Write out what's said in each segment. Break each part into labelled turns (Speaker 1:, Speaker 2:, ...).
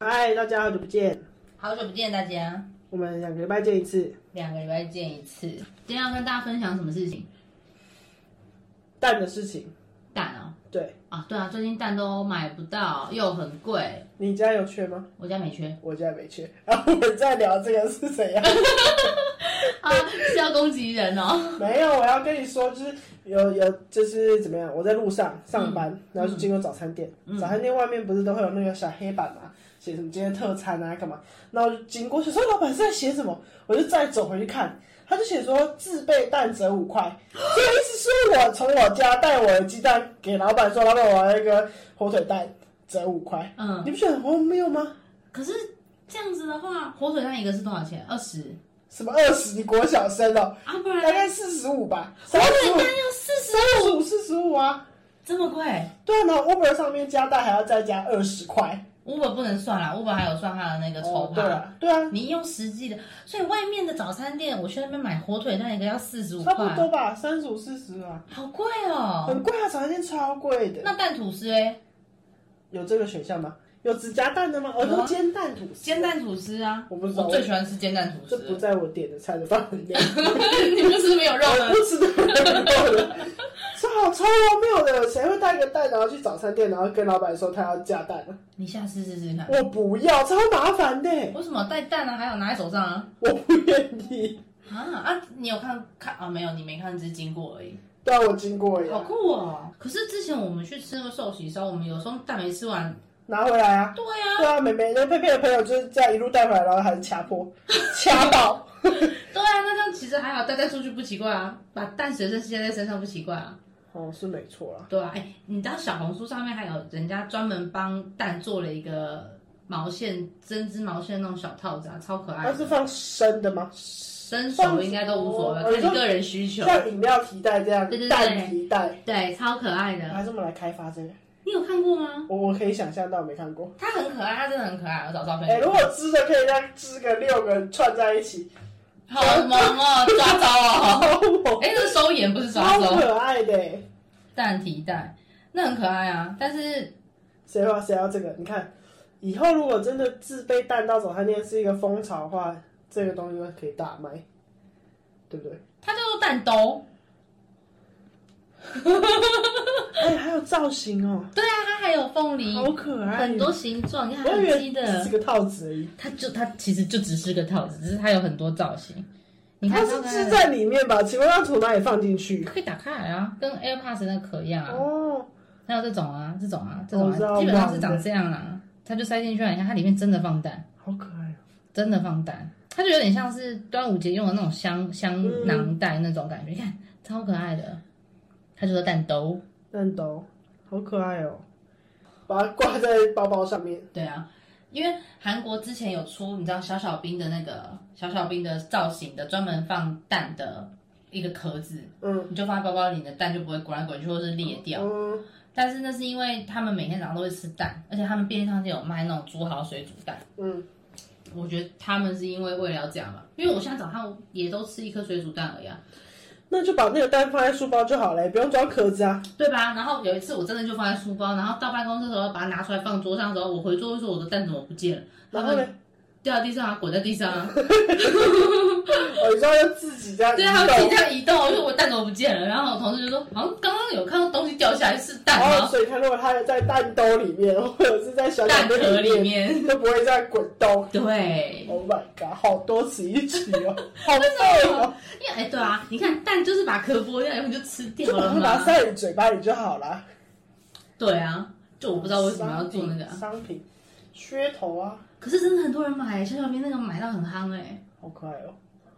Speaker 1: 嗨，大家好久不见，
Speaker 2: 好久不见大家，
Speaker 1: 我们两个礼拜见一次。
Speaker 2: 两个礼拜见一次。今天要跟大家分享什么事情？
Speaker 1: 蛋的事情，
Speaker 2: 蛋哦，
Speaker 1: 对
Speaker 2: 啊对啊，最近蛋都买不到，又很贵。
Speaker 1: 你家有缺吗？
Speaker 2: 我家没缺
Speaker 1: 我家没缺。然后我们在聊这个是怎样？
Speaker 2: 啊，是要攻击人哦。
Speaker 1: 没有，我要跟你说，就是有有就是怎么样？我在路上上班，
Speaker 2: 嗯
Speaker 1: 然后就经过早餐店，早餐店外面不是都会有那个小黑板嘛，写什么今天特餐啊干嘛？然后我就经过，想说老板是在写什么，我就再走回去看。他就写说自备蛋折五 块，所以意思是我从我家带我的鸡蛋给老板说，老板我要一个火腿蛋折五块，
Speaker 2: 嗯，
Speaker 1: 你不觉得很荒谬吗？
Speaker 2: 可是这样子的话，火腿蛋一个是多少钱？二十
Speaker 1: 什么二十，你国小生哦，
Speaker 2: 啊，不
Speaker 1: 大
Speaker 2: 然
Speaker 1: 概四十五吧，
Speaker 2: 火
Speaker 1: 三十
Speaker 2: 腿
Speaker 1: 五
Speaker 2: 蛋，要四十，
Speaker 1: 三十五四十五啊。
Speaker 2: 这么贵
Speaker 1: 对啊，然后 Uber 上面加大还要再加二十块。
Speaker 2: ？Uber 不能算啦，Uber 还有算它的那个抽
Speaker 1: 对
Speaker 2: 趴。
Speaker 1: 啊，对啊，
Speaker 2: 你用实际的，所以外面的早餐店，我去那边买火腿蛋一个要四十五
Speaker 1: 差不
Speaker 2: 块，
Speaker 1: 多吧，三十五四十啊，
Speaker 2: 好贵哦。
Speaker 1: 很贵啊，早餐店超贵的。
Speaker 2: 那蛋吐司哎，
Speaker 1: 有这个选项吗？有只夹蛋的吗？哦，
Speaker 2: 有啊
Speaker 1: 都煎蛋吐司。
Speaker 2: 煎，蛋吐司啊，
Speaker 1: 我不知道
Speaker 2: 我最喜欢吃煎蛋吐
Speaker 1: 这不
Speaker 2: 司。
Speaker 1: 在我点的菜的范围内，
Speaker 2: 你们是没有肉
Speaker 1: 我
Speaker 2: 的
Speaker 1: 不吃的了。超好超荒谬的，谁会带个蛋然后去早餐店，然后跟老板说他要加蛋呢？
Speaker 2: 你下次试试看。
Speaker 1: 我不要，超麻烦的，
Speaker 2: 为什么带蛋啊？还有拿在手上啊？
Speaker 1: 我不愿意。
Speaker 2: 啊啊！你有看看啊？没有，你没看，只是经过而已。
Speaker 1: 对啊，我经过
Speaker 2: 好
Speaker 1: 呀，
Speaker 2: 酷哦！可是之前我们去吃那个寿喜烧，我们有时候蛋没吃完。
Speaker 1: 拿回来啊。
Speaker 2: 对啊，
Speaker 1: 对啊，妹妹，那佩佩的朋友就是这样一路带回来，然后还是掐破，掐爆。
Speaker 2: 对啊，那这样其实还好，带蛋出去不奇怪啊，把蛋随身携在身上不奇怪啊。
Speaker 1: 哦，是没错啦。
Speaker 2: 对啊，哎、你知道小红书上面还有人家专门帮蛋做了一个毛线针织毛线那种小套子啊，超可爱的
Speaker 1: 它。是放生的吗？
Speaker 2: 生熟应该都无
Speaker 1: 哦
Speaker 2: 所谓，看你个人需求。
Speaker 1: 像饮料提袋这样
Speaker 2: 对，对对
Speaker 1: 蛋提袋，
Speaker 2: 对，超可爱的。
Speaker 1: 还是我们来开发这个？
Speaker 2: 你有看过吗？
Speaker 1: 我我可以想象到，没看过。
Speaker 2: 它很可爱，它真的很可爱。我找照片。
Speaker 1: 哎，如果织的可以让织个六个串在一起，
Speaker 2: 好萌哦，抓周哦。
Speaker 1: 好萌，
Speaker 2: 哎，这是收眼不是抓
Speaker 1: 超
Speaker 2: 周。
Speaker 1: 可爱的。
Speaker 2: 蛋提蛋，那很可爱啊。但是
Speaker 1: 谁要谁要这个？你看，以后如果真的自备蛋到早餐店是一个风潮的话，这个东西就可以大卖，对不对？
Speaker 2: 它叫做蛋兜。
Speaker 1: 哎，还有造型哦，
Speaker 2: 对啊，它还有凤梨，
Speaker 1: 好可爱哦。
Speaker 2: 很多形状，你看
Speaker 1: 我
Speaker 2: 它
Speaker 1: 以
Speaker 2: 很
Speaker 1: 为
Speaker 2: 鸡
Speaker 1: 只
Speaker 2: 的
Speaker 1: 是。个套子而已，
Speaker 2: 它就它其实就只是个套子，只是它有很多造型。你看
Speaker 1: 它是织在里面吧？请问它从哪里放进去？
Speaker 2: 可以打开来啊，跟 AirPods 那个壳一样啊。
Speaker 1: 哦，
Speaker 2: 还有这种啊，这种啊，这种
Speaker 1: 我知道
Speaker 2: 啊，基本上是长这样啊，它就塞进去了。你看它里面真的放蛋，
Speaker 1: 好可爱哦。
Speaker 2: 真的放蛋，它就有点像是端午节用的那种香香
Speaker 1: 嗯
Speaker 2: 囊袋那种感觉，你看超可爱的。它就是蛋兜，
Speaker 1: 蛋兜，好可爱哦。把它挂在包包上面，
Speaker 2: 对啊，因为韩国之前有出你知道小小兵的那个小小兵的造型的，专门放蛋的一个壳子，
Speaker 1: 嗯
Speaker 2: 你就放在包包里，你的蛋就不会滚来滚去或是裂掉。
Speaker 1: 嗯，
Speaker 2: 但是那是因为他们每天早上都会吃蛋，而且他们便利商店有卖那种煮好水煮蛋。
Speaker 1: 嗯，
Speaker 2: 我觉得他们是因为为了要这样嘛，因为我现在早上也都吃一颗水煮蛋而已、啊，
Speaker 1: 那就把那个蛋放在书包就好了，也不用装壳子啊。
Speaker 2: 对吧？然后有一次我真的就放在书包，然后到办公室的时候把它拿出来放桌上的时候，我回座位说我的蛋怎么不见了？
Speaker 1: 然后呢，
Speaker 2: 掉地上啊，滚在地上啊，
Speaker 1: 我哦你知道要自己这样移
Speaker 2: 嗯对啊，它自己
Speaker 1: 动，
Speaker 2: 这样移动，我说我蛋怎么不见了？然后我同事就说，好像刚刚有看到东西掉下来是蛋
Speaker 1: 然后
Speaker 2: 吗？
Speaker 1: 哦所以它如果它在蛋兜里面，或者是在小
Speaker 2: 蛋
Speaker 1: 小
Speaker 2: 壳
Speaker 1: 的
Speaker 2: 里
Speaker 1: 面，
Speaker 2: 面，
Speaker 1: 都不会这样滚 动。
Speaker 2: 对，
Speaker 1: Oh my god，好多此一举 哦，好废哦，
Speaker 2: 因为哎、对啊，你看蛋就是把壳剥掉，然后你就吃掉
Speaker 1: 就哦 把
Speaker 2: 了
Speaker 1: 它拿
Speaker 2: 嘛。
Speaker 1: 塞你嘴巴里就好了。
Speaker 2: 对啊，就我不知道为什么要做那个、啊，
Speaker 1: 商品噱头啊，
Speaker 2: 可是真的很多人买，小小兵那个买到很夯哎、
Speaker 1: 好可爱哦！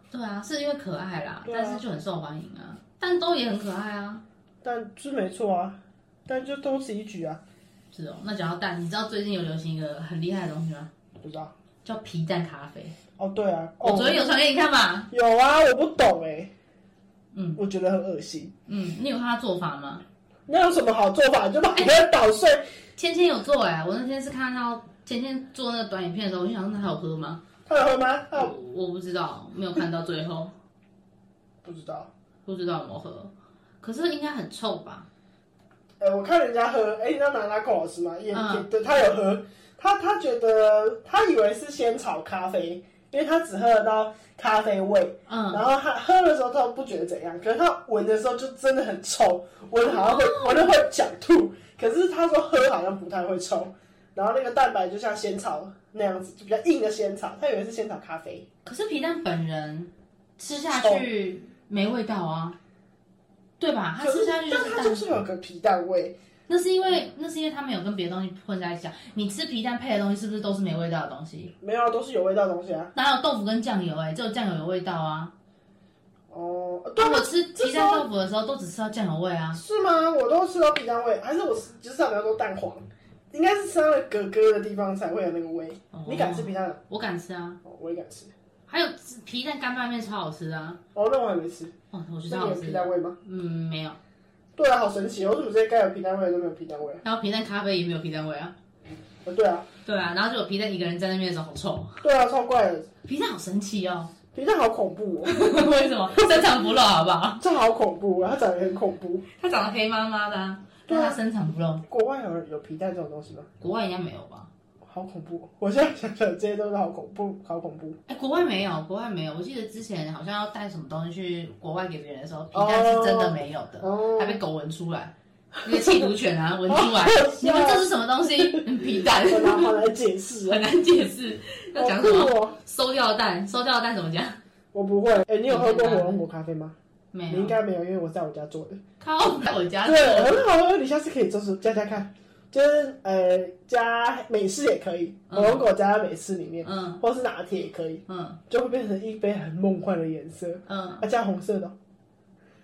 Speaker 2: 对啊，是因为可爱啦，
Speaker 1: 对啊
Speaker 2: 但是就很受欢迎啊。蛋兜也很可爱啊。
Speaker 1: 但是没错啊，但就都是一举啊，
Speaker 2: 是哦，那讲到蛋，你知道最近有流行一个很厉害的东西吗？
Speaker 1: 不知道
Speaker 2: 叫皮蛋咖啡。
Speaker 1: 哦，对啊，
Speaker 2: 我昨
Speaker 1: 哦，
Speaker 2: 天有传给你看吧？
Speaker 1: 有啊，我不懂哎、
Speaker 2: 嗯
Speaker 1: 我觉得很恶心。
Speaker 2: 嗯，你有看他做法吗？
Speaker 1: 那有什么好做法？你就把别人捣碎，
Speaker 2: 芊芊有做哎、我那天是看到芊芊做那个短影片的时候，我就想说那他有喝吗？
Speaker 1: 他有喝吗？他
Speaker 2: 我
Speaker 1: 有
Speaker 2: 我不知道，没有看到最后。
Speaker 1: 不知道。
Speaker 2: 不知道有没有喝，可是应该很臭吧？
Speaker 1: 呃哎、我看人家喝，哎、你知道拿拉狗老师吗？也、
Speaker 2: 嗯
Speaker 1: 也对，他有喝，他他觉得他以为是先炒咖啡，因为他只喝得到咖啡味，
Speaker 2: 嗯，
Speaker 1: 然后他喝的时候他不觉得怎样，可是他闻的时候就真的很臭，闻好像会
Speaker 2: 哦
Speaker 1: 闻的会想吐，可是他说喝好像不太会臭，然后那个蛋白就像仙草那样子，就比较硬的仙草，他以为是仙草咖啡，
Speaker 2: 可是皮蛋本人吃下去没味道啊，对吧？他
Speaker 1: 可
Speaker 2: 啊吃
Speaker 1: 是
Speaker 2: 下去
Speaker 1: 但
Speaker 2: 是
Speaker 1: 它
Speaker 2: 蛋
Speaker 1: 就是有个皮蛋味，
Speaker 2: 那是因为那是因为它没有跟别的东西混在一起啊。你吃皮蛋配的东西是不是都是没味道的东西？
Speaker 1: 没有啊都是有味道的东西啊。
Speaker 2: 哪有豆腐跟酱油、欸？哎，只有酱油有味道啊。
Speaker 1: 哦，对
Speaker 2: 那
Speaker 1: 啊，
Speaker 2: 我吃皮蛋豆腐的时候都只吃到酱油味啊。
Speaker 1: 是吗？我都吃到皮蛋味，还是我吃就是比较多蛋黄？应该是吃到那个格格的地方才会有那个味。
Speaker 2: 哦
Speaker 1: 你敢吃？皮蛋？
Speaker 2: 我敢吃啊！
Speaker 1: 哦，我也敢吃。
Speaker 2: 还有皮蛋干拌面超好吃的啊！
Speaker 1: 哦，那我还没吃。
Speaker 2: 哦，我觉
Speaker 1: 那
Speaker 2: 得超
Speaker 1: 你
Speaker 2: 好
Speaker 1: 有
Speaker 2: 吃
Speaker 1: 皮
Speaker 2: 的。
Speaker 1: 蛋味吗？
Speaker 2: 嗯，没有。
Speaker 1: 对啊，好神奇哦！为什么这些该有皮蛋味的都没有皮蛋味啊？
Speaker 2: 然后皮蛋咖啡也没有皮蛋味啊。
Speaker 1: 哦，对啊，
Speaker 2: 对啊，然后就有皮蛋一个人在那边的时候好臭，
Speaker 1: 对啊，超怪的，
Speaker 2: 皮蛋好神奇哦。
Speaker 1: 皮蛋好恐怖哦，
Speaker 2: 为什么深藏不露好不好？
Speaker 1: 这好恐怖啊！它长得也很恐怖。
Speaker 2: 它长得黑妈妈的、啊，
Speaker 1: 对
Speaker 2: 但
Speaker 1: 啊
Speaker 2: 它深藏不露。
Speaker 1: 国外有有皮蛋这种东西吗？
Speaker 2: 国外应该没有吧？
Speaker 1: 好恐怖、哦！我现在想想，这些都是好恐怖，好恐怖。
Speaker 2: 哎、国外没有，国外没有。我记得之前好像要带什么东西去国外给别人的时候，皮蛋是真的没有的，
Speaker 1: 哦
Speaker 2: 还，被狗闻出来，那个弃毒犬啊闻 出来
Speaker 1: 好好笑，
Speaker 2: 你们这是什么东西？ 嗯皮蛋，
Speaker 1: 我拿好来解 释啊，
Speaker 2: 很难解释。要
Speaker 1: 好
Speaker 2: 讲
Speaker 1: 酷
Speaker 2: 什么？
Speaker 1: 哦！
Speaker 2: 收掉蛋，收掉蛋怎么讲？
Speaker 1: 我不会。哎、你有喝过火龙果咖啡吗？
Speaker 2: 没
Speaker 1: 你
Speaker 2: 有
Speaker 1: 应，该没有，因为我在我家做的。
Speaker 2: 靠在我家做
Speaker 1: 对，很好喝，你下次可以做出加加看，就是呃加美式也可以，
Speaker 2: 嗯
Speaker 1: 火龙果加在美式里面，
Speaker 2: 嗯
Speaker 1: 或是拿铁也可以，
Speaker 2: 嗯
Speaker 1: 就会变成一杯很梦幻的颜色。
Speaker 2: 嗯，
Speaker 1: 啊，加红色的哦，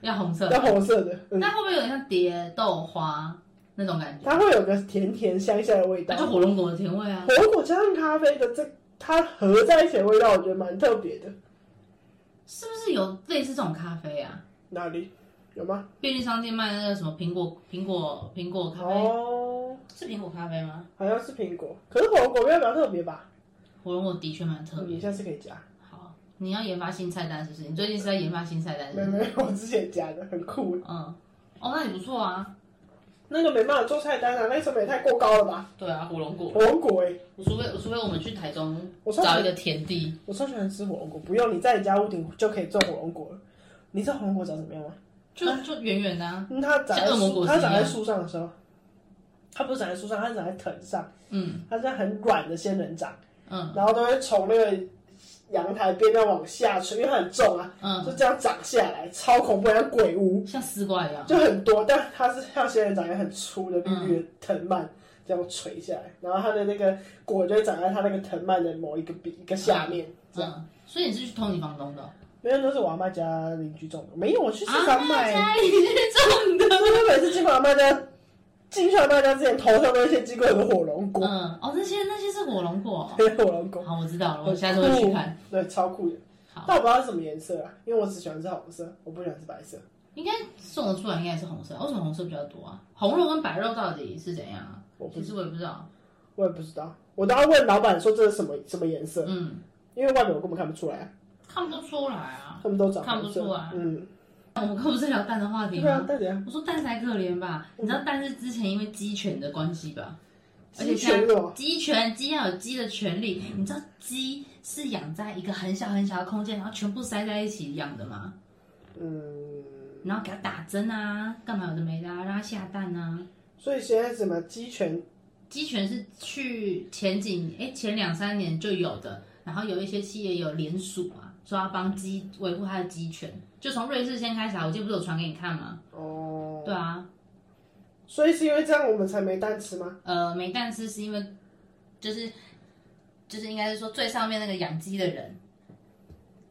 Speaker 2: 要红色。
Speaker 1: 加红色的，嗯，
Speaker 2: 那会不会有点像蝶豆花那种感觉？
Speaker 1: 它会有个甜甜香香的味
Speaker 2: 那
Speaker 1: 道。
Speaker 2: 就火龙果的甜味啊。
Speaker 1: 火龙果加上咖啡的这，它合在一起的味道，我觉得蛮特别的。
Speaker 2: 是不是有类似这种咖啡啊？
Speaker 1: 哪里有吗？
Speaker 2: 便利商店卖那个什么苹果苹果苹果咖啡，
Speaker 1: 哦，
Speaker 2: 是苹果咖啡吗？
Speaker 1: 好像是苹果，可是火龙果味道比较特别吧？
Speaker 2: 火龙果的确蛮特别。
Speaker 1: 你下次可以加。
Speaker 2: 好，你要研发新菜单是不是？你最近是在研发新菜单是
Speaker 1: 没
Speaker 2: 不
Speaker 1: 有
Speaker 2: 是？
Speaker 1: 没有，我之前加的很酷。
Speaker 2: 嗯，哦，那也不错啊。
Speaker 1: 那个没办法做菜单啊，那个成本也太过高了吧？
Speaker 2: 对啊，火龙果。
Speaker 1: 火龙果哎、
Speaker 2: 我除非除非我们去台中
Speaker 1: 我超
Speaker 2: 找一个田地，
Speaker 1: 我超喜欢吃火龙果，不用你在你家屋顶就可以种火龙果了。你知道火龙果长什么样吗？
Speaker 2: 就就远远的啊。
Speaker 1: 嗯它长在
Speaker 2: 像恶魔
Speaker 1: 树，
Speaker 2: 果
Speaker 1: 它
Speaker 2: 实一
Speaker 1: 长
Speaker 2: 样
Speaker 1: 在树上的时候，它不是长在树上，它是长在藤上，
Speaker 2: 嗯
Speaker 1: 它是很软的仙人掌，
Speaker 2: 嗯
Speaker 1: 然后都会从那个阳台边那往下垂，因为它很重啊，就
Speaker 2: 嗯，
Speaker 1: 这样长下来，超恐怖，像鬼屋。
Speaker 2: 像丝瓜一样。
Speaker 1: 就很多，但它是像仙人掌一样很粗的绿绿的藤
Speaker 2: 嗯
Speaker 1: 蔓这样垂下来，然后它的那个果就会长在它那个藤蔓的某一个比一个下面，这样。
Speaker 2: 嗯，所以你是去偷你房东的哦？
Speaker 1: 没有，都是我阿妈家邻居种的，没有，我去市
Speaker 2: 啊，
Speaker 1: 场
Speaker 2: 那
Speaker 1: 买。
Speaker 2: 家里是种的。
Speaker 1: 就是我每次经过阿妈家，进去阿妈家之前，头上都会先经过很多火龙果，
Speaker 2: 嗯，哦，那些那些是火龙果哦。
Speaker 1: 对火龙果，
Speaker 2: 好，我知道了，我下次会去看。
Speaker 1: 对，超酷的。
Speaker 2: 好，
Speaker 1: 但我不知道是什么颜色啊，因为我只喜欢吃红色，我不喜欢吃白色。
Speaker 2: 应该送的出来应该也是红色，为什么红色比较多啊？红肉跟白肉到底是怎样啊？
Speaker 1: 我不
Speaker 2: 其实我也不知道。
Speaker 1: 我也不知道，我都要问老板说这是什么什么颜色，
Speaker 2: 嗯，
Speaker 1: 因为外面我根本看不出来啊，
Speaker 2: 看不出来啊。
Speaker 1: 他们都长
Speaker 2: 看不
Speaker 1: 红色
Speaker 2: 出来
Speaker 1: 嗯。
Speaker 2: 我们刚不是聊蛋的话题
Speaker 1: 对啊，嗯
Speaker 2: 吗？
Speaker 1: 大姐，
Speaker 2: 我说蛋才可怜吧，你知道蛋是之前因为鸡权的关系吧？而且
Speaker 1: 鸡全裸，
Speaker 2: 鸡权，鸡要有鸡的权利。
Speaker 1: 嗯
Speaker 2: 你知道鸡是养在一个很小很小的空间，然后全部塞在一起养的吗？
Speaker 1: 嗯，
Speaker 2: 然后给它打针啊，干嘛有的没的、啊，让它下蛋啊。
Speaker 1: 所以现在什么鸡犬，
Speaker 2: 鸡权是去前几哎前两三年就有的，然后有一些企业有联署嘛，说要帮鸡维护它的鸡权，就从瑞士先开始啊。我记得不是有传给你看吗？
Speaker 1: 哦，
Speaker 2: 对啊，
Speaker 1: 所以是因为这样我们才没蛋吃吗？
Speaker 2: 呃，没蛋吃是因为就是就是应该是说最上面那个养鸡的人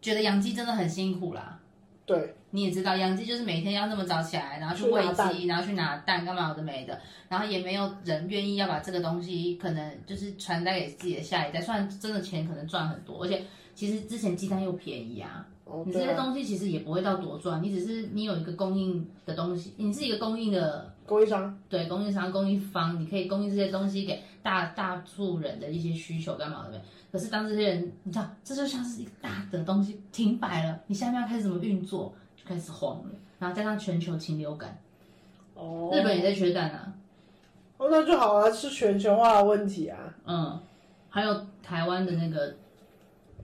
Speaker 2: 觉得养鸡真的很辛苦啦。
Speaker 1: 对，
Speaker 2: 你也知道，养鸡就是每天要那么早起来，然后去喂
Speaker 1: 去拿
Speaker 2: 鸡，
Speaker 1: 蛋
Speaker 2: 然后去拿蛋，干嘛有的没的，然后也没有人愿意要把这个东西可能就是传代给自己的下一代。虽然真的钱可能赚很多，而且其实之前鸡蛋又便宜啊，
Speaker 1: 哦，
Speaker 2: 你这
Speaker 1: 对
Speaker 2: 些
Speaker 1: 啊，
Speaker 2: 东西其实也不会到多赚，你只是你有一个供应的东西，你是一个供应的
Speaker 1: 供应商，
Speaker 2: 对供应商、供应方，你可以供应这些东西给大大数人的一些需求干嘛的没。可是当这些人，你知道，这就像是一个大的东西停摆了，你下面要开始怎么运作，就开始慌了。然后加上全球禽流感，
Speaker 1: 哦
Speaker 2: 日本也在缺蛋啊，
Speaker 1: 哦，那就好啊，是全球化的问题啊，
Speaker 2: 嗯，还有台湾的那个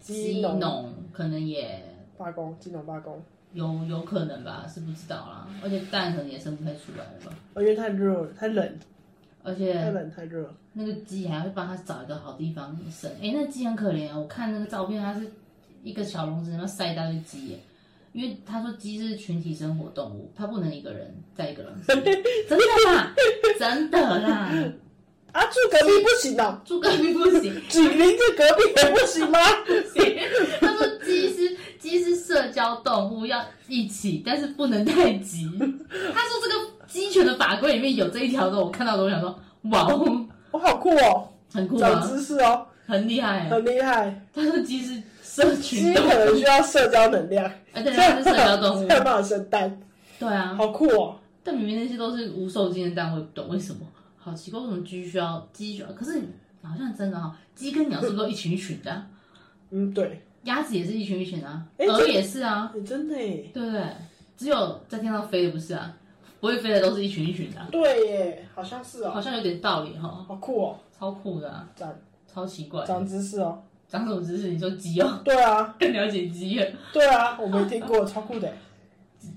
Speaker 1: 基
Speaker 2: 农，
Speaker 1: 农
Speaker 2: 可能也
Speaker 1: 罢工，金融罢工，
Speaker 2: 有有可能吧，是不知道啦。而且蛋可能也生不太出来了吧，
Speaker 1: 哦因为太热了，太冷，
Speaker 2: 而
Speaker 1: 太
Speaker 2: 且
Speaker 1: 冷太热了，
Speaker 2: 那个鸡还会帮它找一个好地方生。哎、那鸡很可怜啊，我看那个照片，它是一个小笼子里面塞一大堆鸡耶。因为他说鸡是群体生活动物，它不能一个人在一个笼 子里，真的啦，真的啦，
Speaker 1: 啊，住隔壁不行哦，
Speaker 2: 住隔壁不行，
Speaker 1: 只邻居隔壁也不行吗？
Speaker 2: 他说鸡是鸡是社交动物，要一起，但是不能太急。他说这个鸡犬的法规里面有这一条的，我看到的我想说，哇哦，
Speaker 1: 我好酷哦，
Speaker 2: 很 酷
Speaker 1: 长
Speaker 2: 啊，
Speaker 1: 知识哦，
Speaker 2: 很厉害欸。
Speaker 1: 很厉害。
Speaker 2: 他说鸡是社群
Speaker 1: 鸡
Speaker 2: 动
Speaker 1: 可
Speaker 2: 物，
Speaker 1: 能需要社交能量，
Speaker 2: 哎，对，
Speaker 1: 这
Speaker 2: 它
Speaker 1: 样
Speaker 2: 是社交 动物
Speaker 1: 才，有办法生蛋，
Speaker 2: 对啊。
Speaker 1: 好酷哦。
Speaker 2: 但明明那些都是无受精的蛋，我也不懂为什么，好奇怪，为什么鸡需要鸡需要？可是好像真的哈、哦，鸡跟鸟是不是都一群一群的啊、
Speaker 1: 嗯，对，
Speaker 2: 鸭子也是一群一群的啊，
Speaker 1: 哎
Speaker 2: 鹅
Speaker 1: 这
Speaker 2: 也是啊。
Speaker 1: 你真的欸耶，
Speaker 2: 对不对？只有在天上飞的不是啊，不会飞的都是一群一群的啊、
Speaker 1: 对耶，好像是哦，
Speaker 2: 好像有点道理哈，
Speaker 1: 好酷哦，
Speaker 2: 超酷的、啊，
Speaker 1: 长
Speaker 2: 超奇怪。
Speaker 1: 长知识哦。
Speaker 2: 长什么知识？你说鸡哦，
Speaker 1: 对啊，
Speaker 2: 更了解鸡了。
Speaker 1: 对啊，我没听过，超酷的耶。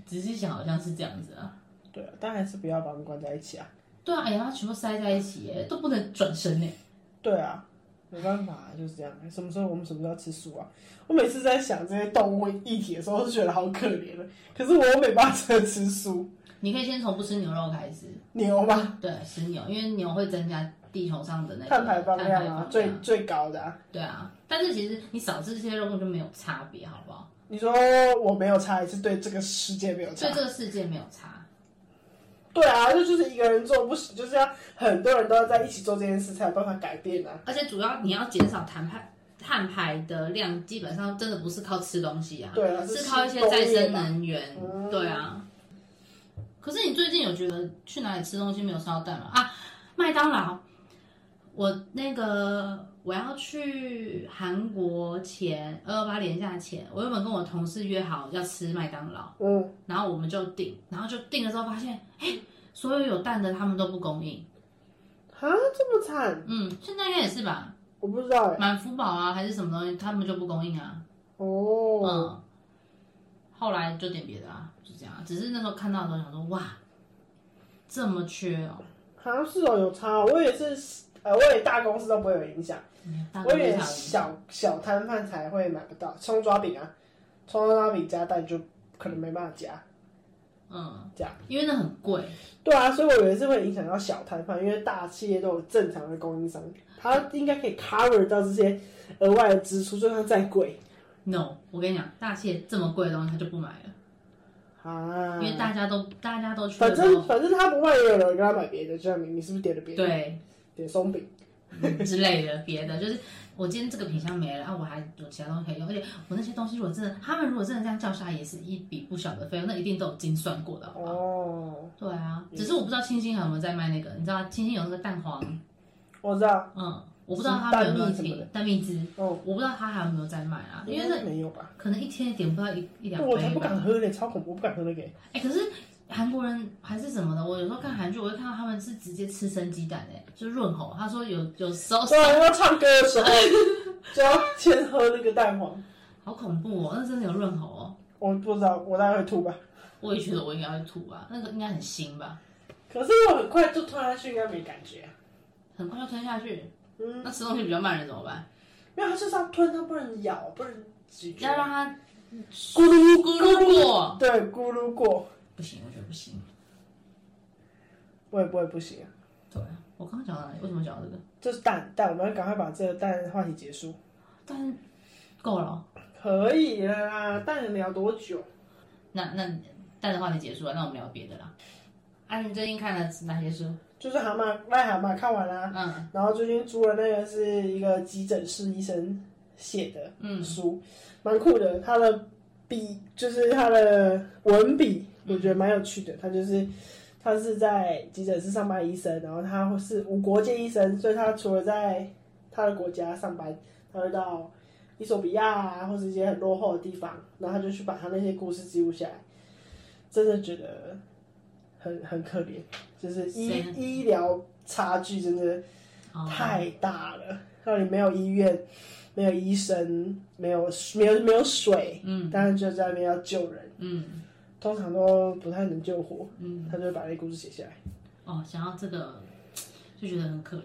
Speaker 2: 仔细想，好像是这样子啊。
Speaker 1: 对啊，但还是不要把它们关在一起啊。
Speaker 2: 对啊，哎呀，它全部塞在一起耶，都不能转身呢。
Speaker 1: 对啊，没办法、就是这样。什么时候我们什么时候要吃素啊？我每次在想这些动物议题的时候，都觉得好可怜的。可是我又没办法真的吃素，
Speaker 2: 你可以先从不吃牛肉开始，
Speaker 1: 牛吗？
Speaker 2: 对，吃牛，因为牛会增加地球上的那个
Speaker 1: 碳排放
Speaker 2: 碳
Speaker 1: 量
Speaker 2: 排
Speaker 1: 啊
Speaker 2: 放，
Speaker 1: 最最高的啊。
Speaker 2: 对啊。但是其实你少吃这些肉根本就没有差别，好不好？
Speaker 1: 你说我没有差，也是对啊这个世界没有差
Speaker 2: 对。这个世界没有差。
Speaker 1: 对啊，这就是一个人做不行，就是要很多人都要在一起做这件事才有办法改变啊。
Speaker 2: 而且主要你要减少碳排碳排的量，基本上真的不是靠吃东西啊，
Speaker 1: 对啊，
Speaker 2: 是
Speaker 1: 是
Speaker 2: 靠一些再
Speaker 1: 工业
Speaker 2: 生
Speaker 1: 吧。
Speaker 2: 能源。
Speaker 1: 嗯
Speaker 2: 对啊。可是你最近有觉得去哪里吃东西没有吃到蛋吗？啊，麦当劳。我那个我要去韩国前二二八年假前，我原本跟我同事约好要吃麦当劳，
Speaker 1: 嗯，
Speaker 2: 然后我们就订，然后就订了之后发现，哎，所有有蛋的他们都不供应。
Speaker 1: 啊，这么惨，
Speaker 2: 嗯，现在应该也是吧？
Speaker 1: 我不知道哎、
Speaker 2: 满福宝啊，还是什么东西，他们就不供应啊。
Speaker 1: 哦，
Speaker 2: 嗯，后来就点别的啊，就这样啊。只是那时候看到的时候想说，哇，这么缺哦，
Speaker 1: 好像是哦，有差哦、我以为是，呃，我以为大公司都不会有影响，
Speaker 2: 大
Speaker 1: 我以
Speaker 2: 概
Speaker 1: 为
Speaker 2: 多少？
Speaker 1: 小小摊贩才会买不到葱抓饼啊，葱抓饼加蛋就可能没办法加。
Speaker 2: 嗯，
Speaker 1: 这样，
Speaker 2: 因为那很贵，
Speaker 1: 对啊，所以我以为是会影响到小摊贩，因为大企业都有正常的供应商，它应该可以 cover 到这些额外的支出，就算再贵
Speaker 2: no，我跟你讲，大蟹这么贵的东西他就不买了，
Speaker 1: 啊
Speaker 2: 因。为大家都大家都去
Speaker 1: 反
Speaker 2: 的时
Speaker 1: 正
Speaker 2: 候，
Speaker 1: 反正他不卖，也有人跟他买别的，就像你，你是不是点了别的？
Speaker 2: 对
Speaker 1: 点松饼，
Speaker 2: 嗯之类的别的， 就是我今天这个品相没了，啊，我还有其他东西可以用，而且我那些东西如果真的，他们如果真的这样叫下来，也是一笔不小的费用，那一定都有精算过的，好不好？
Speaker 1: 哦，
Speaker 2: 对啊，只是我不知道清新还有没有在卖那个，你知道清新有那个蛋黄，
Speaker 1: 我知道，
Speaker 2: 嗯，我不知道他有没有
Speaker 1: 蛋蜜什么
Speaker 2: 停蛋蜜汁，
Speaker 1: 哦，
Speaker 2: 我不知道他还有没有在卖啊，因为
Speaker 1: 那
Speaker 2: 那
Speaker 1: 没有吧？哦
Speaker 2: 可能一天也点不到一一两
Speaker 1: 我才
Speaker 2: 杯
Speaker 1: 不敢
Speaker 2: 吧。
Speaker 1: 喝嘞，超恐怖，我不敢喝那个。
Speaker 2: 哎、可是韩国人还是什么的，我有时候看韩剧，我会看到他们是直接吃生鸡蛋、哎，就是润喉。他说有有时候
Speaker 1: 虽然啊要唱歌的时候就要先喝那个蛋黄，
Speaker 2: 好恐怖哦，那真的有润喉哦。
Speaker 1: 我不知道，我大概会吐吧。
Speaker 2: 我也觉得我应该会吐吧，那个应该很腥吧，
Speaker 1: 可是我很快就吞下去，应该没感觉啊。
Speaker 2: 很快就吞下去。
Speaker 1: 嗯，
Speaker 2: 那吃东西比较慢的人怎么办？
Speaker 1: 没有，它就是要吞，它不能咬，不能咀嚼
Speaker 2: 要。让它
Speaker 1: 咕噜
Speaker 2: 咕噜过，
Speaker 1: 对，咕噜过，
Speaker 2: 不行，我觉得不行。
Speaker 1: 我也不会不行啊。
Speaker 2: 对啊，我刚刚讲到哪里？为什么讲到这个？
Speaker 1: 就是蛋蛋，我们要赶快把这个蛋话题结束。
Speaker 2: 但够了哦、
Speaker 1: 可以了啦，蛋能聊多久？
Speaker 2: 那那蛋的话题结束了，那我们聊别的啦。啊，你最近看了哪些书？
Speaker 1: 就是蛤蟆癞蛤蟆看完啦、
Speaker 2: 嗯
Speaker 1: 然后最近租了那个是一个急诊室医生写的
Speaker 2: 嗯
Speaker 1: 书，蛮酷的。他的笔就是他的文笔，我觉得蛮有趣的。他就是他是在急诊室上班的医生，然后他是无国界医生，所以他除了在他的国家上班，他会到伊索比亚啊，或是一些很落后的地方，然后他就去把他那些故事记录下来。真的觉得很很可怜，就是医
Speaker 2: 谁
Speaker 1: 医疗差距真的
Speaker 2: 哦
Speaker 1: 太大了，那里没有医院，没有医生，没有没有没有水，
Speaker 2: 嗯
Speaker 1: 当然就在那边要救人，
Speaker 2: 嗯
Speaker 1: 通常都不太能救活，
Speaker 2: 嗯，
Speaker 1: 他就会把那故事写下来。
Speaker 2: 哦，想到这个就觉得很可怜。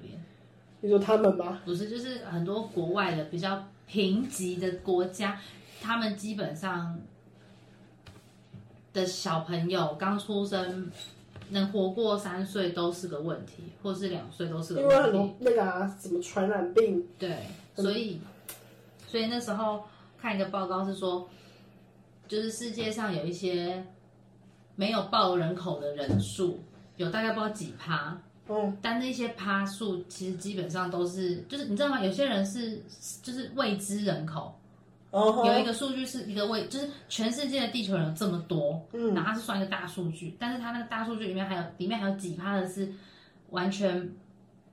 Speaker 1: 你说他们吗？
Speaker 2: 不是，就是很多国外的比较贫瘠的国家，他们基本上的小朋友刚出生能活过三岁都是个问题，或是两岁都是个
Speaker 1: 因为很
Speaker 2: 问题。
Speaker 1: 多那个啊，什么传染病，
Speaker 2: 对，所以所以那时候看一个报告是说，就是世界上有一些没有报人口的人数，有大概不知道几趴，
Speaker 1: 嗯，
Speaker 2: 但那些趴数其实基本上都是，就是你知道吗？有些人是就是未知人口，
Speaker 1: 然后
Speaker 2: 有一个数据是一个未，就是全世界的地球人有这么多，
Speaker 1: 嗯
Speaker 2: 然后它是算一个大数据，但是它那个大数据里面还有里面还有几趴的是完全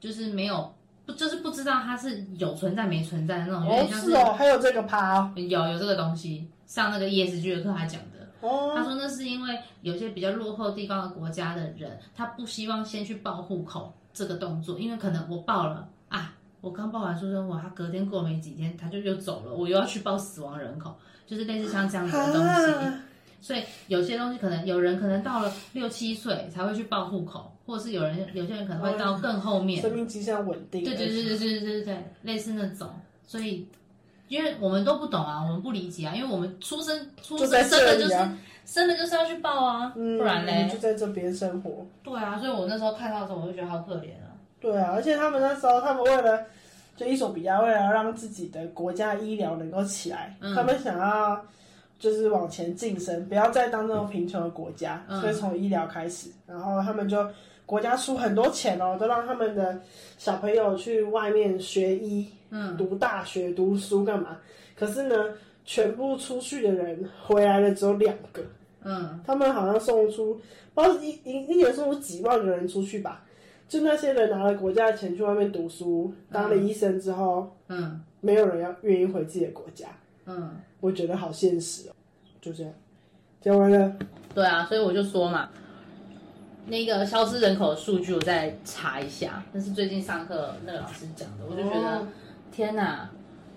Speaker 2: 就是没有，不就是不知道它是有存在没存在的那种，有
Speaker 1: 哦
Speaker 2: 点像
Speaker 1: 是哦，还有这个趴哦
Speaker 2: 有有这个东西，上那个 ESG 的课还讲的。
Speaker 1: 哦，
Speaker 2: 他说那是因为有些比较落后地方的国家的人，他不希望先去报户口这个动作，因为可能我报了啊，我刚报完出生我他隔天过没几天他就又走了，我又要去报死亡人口，就是类似像这样子的东西。
Speaker 1: 啊
Speaker 2: 所以有些东西可能有人可能到了六七岁才会去报户口，或者是有人有些人可能会到更后面。
Speaker 1: 生命迹象稳定，啊
Speaker 2: 对对对对对对对对，类似那种，所以。因为我们都不懂啊，我们不理解啊，因为我们出生出
Speaker 1: 就
Speaker 2: 生
Speaker 1: 在
Speaker 2: 真的
Speaker 1: 这
Speaker 2: 就
Speaker 1: 里
Speaker 2: 是
Speaker 1: 啊，
Speaker 2: 生的就是要去报啊，
Speaker 1: 嗯，
Speaker 2: 不然
Speaker 1: 你
Speaker 2: 嘞
Speaker 1: 就，在这边生活，
Speaker 2: 对啊，所以我那时候看到的时候，我就觉得好可怜啊。
Speaker 1: 对啊，而且他们那时候，他们为了就伊索比亚为了让自己的国家医疗能够起来，
Speaker 2: 嗯
Speaker 1: 他们想要就是往前晋升，不要再当那种贫穷的国家，
Speaker 2: 嗯
Speaker 1: 所以从医疗开始，然后他们就国家出很多钱哦，都让他们的小朋友去外面学医、
Speaker 2: 嗯，
Speaker 1: 读大学、读书干嘛？可是呢，全部出去的人回来的只有两个，
Speaker 2: 嗯，
Speaker 1: 他们好像送出，不知道一一一年送出几万个人出去吧。就那些人拿了国家的钱去外面读书，当了医生之后，
Speaker 2: 嗯，
Speaker 1: 没有人要愿意回自己的国家，
Speaker 2: 嗯，
Speaker 1: 我觉得好现实哦。就这样，讲完了。
Speaker 2: 对啊，所以我就说嘛，那个消失人口的数据我再查一下，那是最近上课那个老师讲的，我就觉得、
Speaker 1: 哦
Speaker 2: 天哪，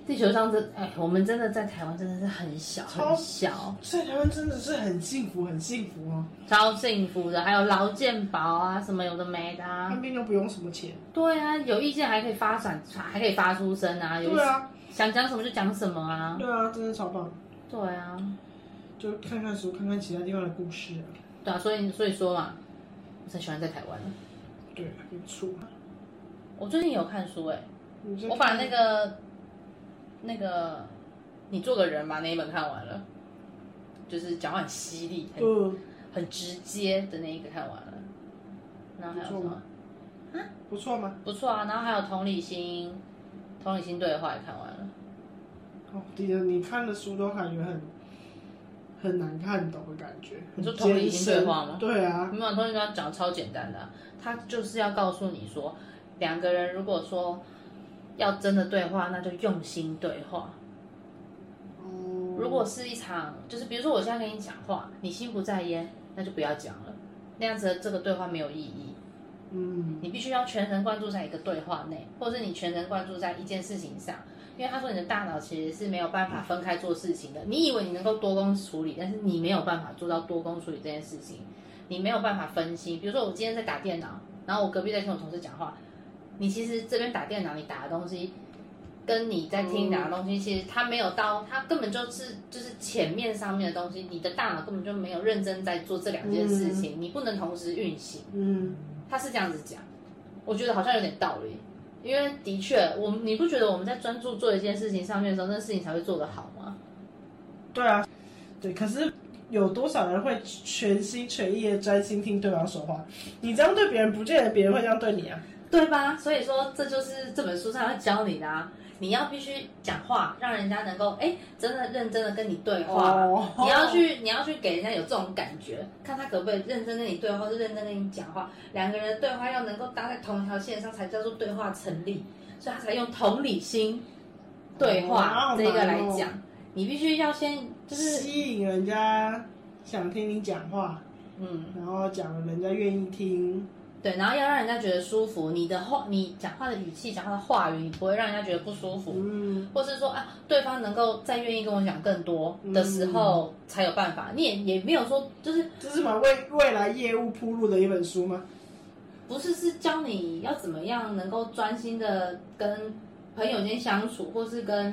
Speaker 2: 地球上这哎，我们真的在台湾真的是很小
Speaker 1: 超
Speaker 2: 很小，
Speaker 1: 哦在台湾真的是很幸福，很幸福哦，
Speaker 2: 超幸福的，还有劳健保啊什么有的没的
Speaker 1: 看
Speaker 2: 啊，
Speaker 1: 病又不用什么钱。
Speaker 2: 对啊，有意见还可以发展，还可以发出声啊，有
Speaker 1: 对啊，
Speaker 2: 想讲什么就讲什么啊，
Speaker 1: 对啊，真的超棒。
Speaker 2: 对啊。
Speaker 1: 就看看书，看看其他地方的故事啊。
Speaker 2: 对啊，所以所以说嘛，我才喜欢在台湾。
Speaker 1: 对，没错。
Speaker 2: 我最近有看书哎、
Speaker 1: 你在
Speaker 2: 我把那个那个你做个人吧那一本看完了，就是讲话很犀利、很
Speaker 1: 嗯，
Speaker 2: 很直接的那一个看完了。然后还有
Speaker 1: 不错
Speaker 2: 什么
Speaker 1: 吗？不错吗？
Speaker 2: 不错啊，然后还有同理心，同理心对话也看完了。
Speaker 1: 哦，迪的，你看的书都感觉很很难看懂的感觉。
Speaker 2: 你说
Speaker 1: 很
Speaker 2: 同理
Speaker 1: 艰深
Speaker 2: 心对话吗
Speaker 1: 对啊，
Speaker 2: 没有，同学刚讲得超简单的啊、他就是要告诉你说，两个人如果说要真的对话，那就用心对话。
Speaker 1: 哦，
Speaker 2: 如果是一场，就是比如说我现在跟你讲话，你心不在焉，那就不要讲了，那样子的这个对话没有意义。
Speaker 1: 嗯，
Speaker 2: 你必须要全神贯注在一个对话内，或者是你全神贯注在一件事情上，因为他说你的大脑其实是没有办法分开做事情的。你以为你能够多工处理，但是你没有办法做到多工处理这件事情，你没有办法分心。比如说我今天在打电脑，然后我隔壁在听我同事讲话，你其实这边打电脑你打的东西。跟你在听打的东西，其实它没有到，它根本就是就是前面上面的东西，你的大脑根本就没有认真在做这两件事情，你不能同时运行。
Speaker 1: 嗯，
Speaker 2: 他是这样子讲，我觉得好像有点道理，因为的确，我们你不觉得我们在专注做一件事情上面的时候，那事情才会做得好吗？
Speaker 1: 对啊，对，可是。有多少人会全心全意的专心听对方说话？你这样对别人，不见得别人会这样对你啊。
Speaker 2: 对吧？所以说，这就是这本书上要教你的啊，你要必须讲话，让人家能够哎，真的认真的跟你对话。
Speaker 1: 哦
Speaker 2: 你要去，你要去给人家有这种感觉，看他可不可以认真跟你对话，或是认真跟你讲话。两个人的对话要能够搭在同一条线上，才叫做对话成立。所以他才用同理心对话、
Speaker 1: 哦
Speaker 2: 这个来
Speaker 1: 好难
Speaker 2: 讲，你必须要先就是
Speaker 1: 吸引人家想听你讲话，
Speaker 2: 嗯，
Speaker 1: 然后讲了人家愿意听，
Speaker 2: 对，然后要让人家觉得舒服，你的话，你讲话的语气、讲话的话语，你不会让人家觉得不舒服，
Speaker 1: 嗯，
Speaker 2: 或是说啊，对方能够再愿意跟我讲更多的时候，才有办法。你也也没有说，就是
Speaker 1: 这是嘛为未来业务铺路的一本书吗？
Speaker 2: 不是是教你要怎么样能够专心的跟朋友间相处，或是跟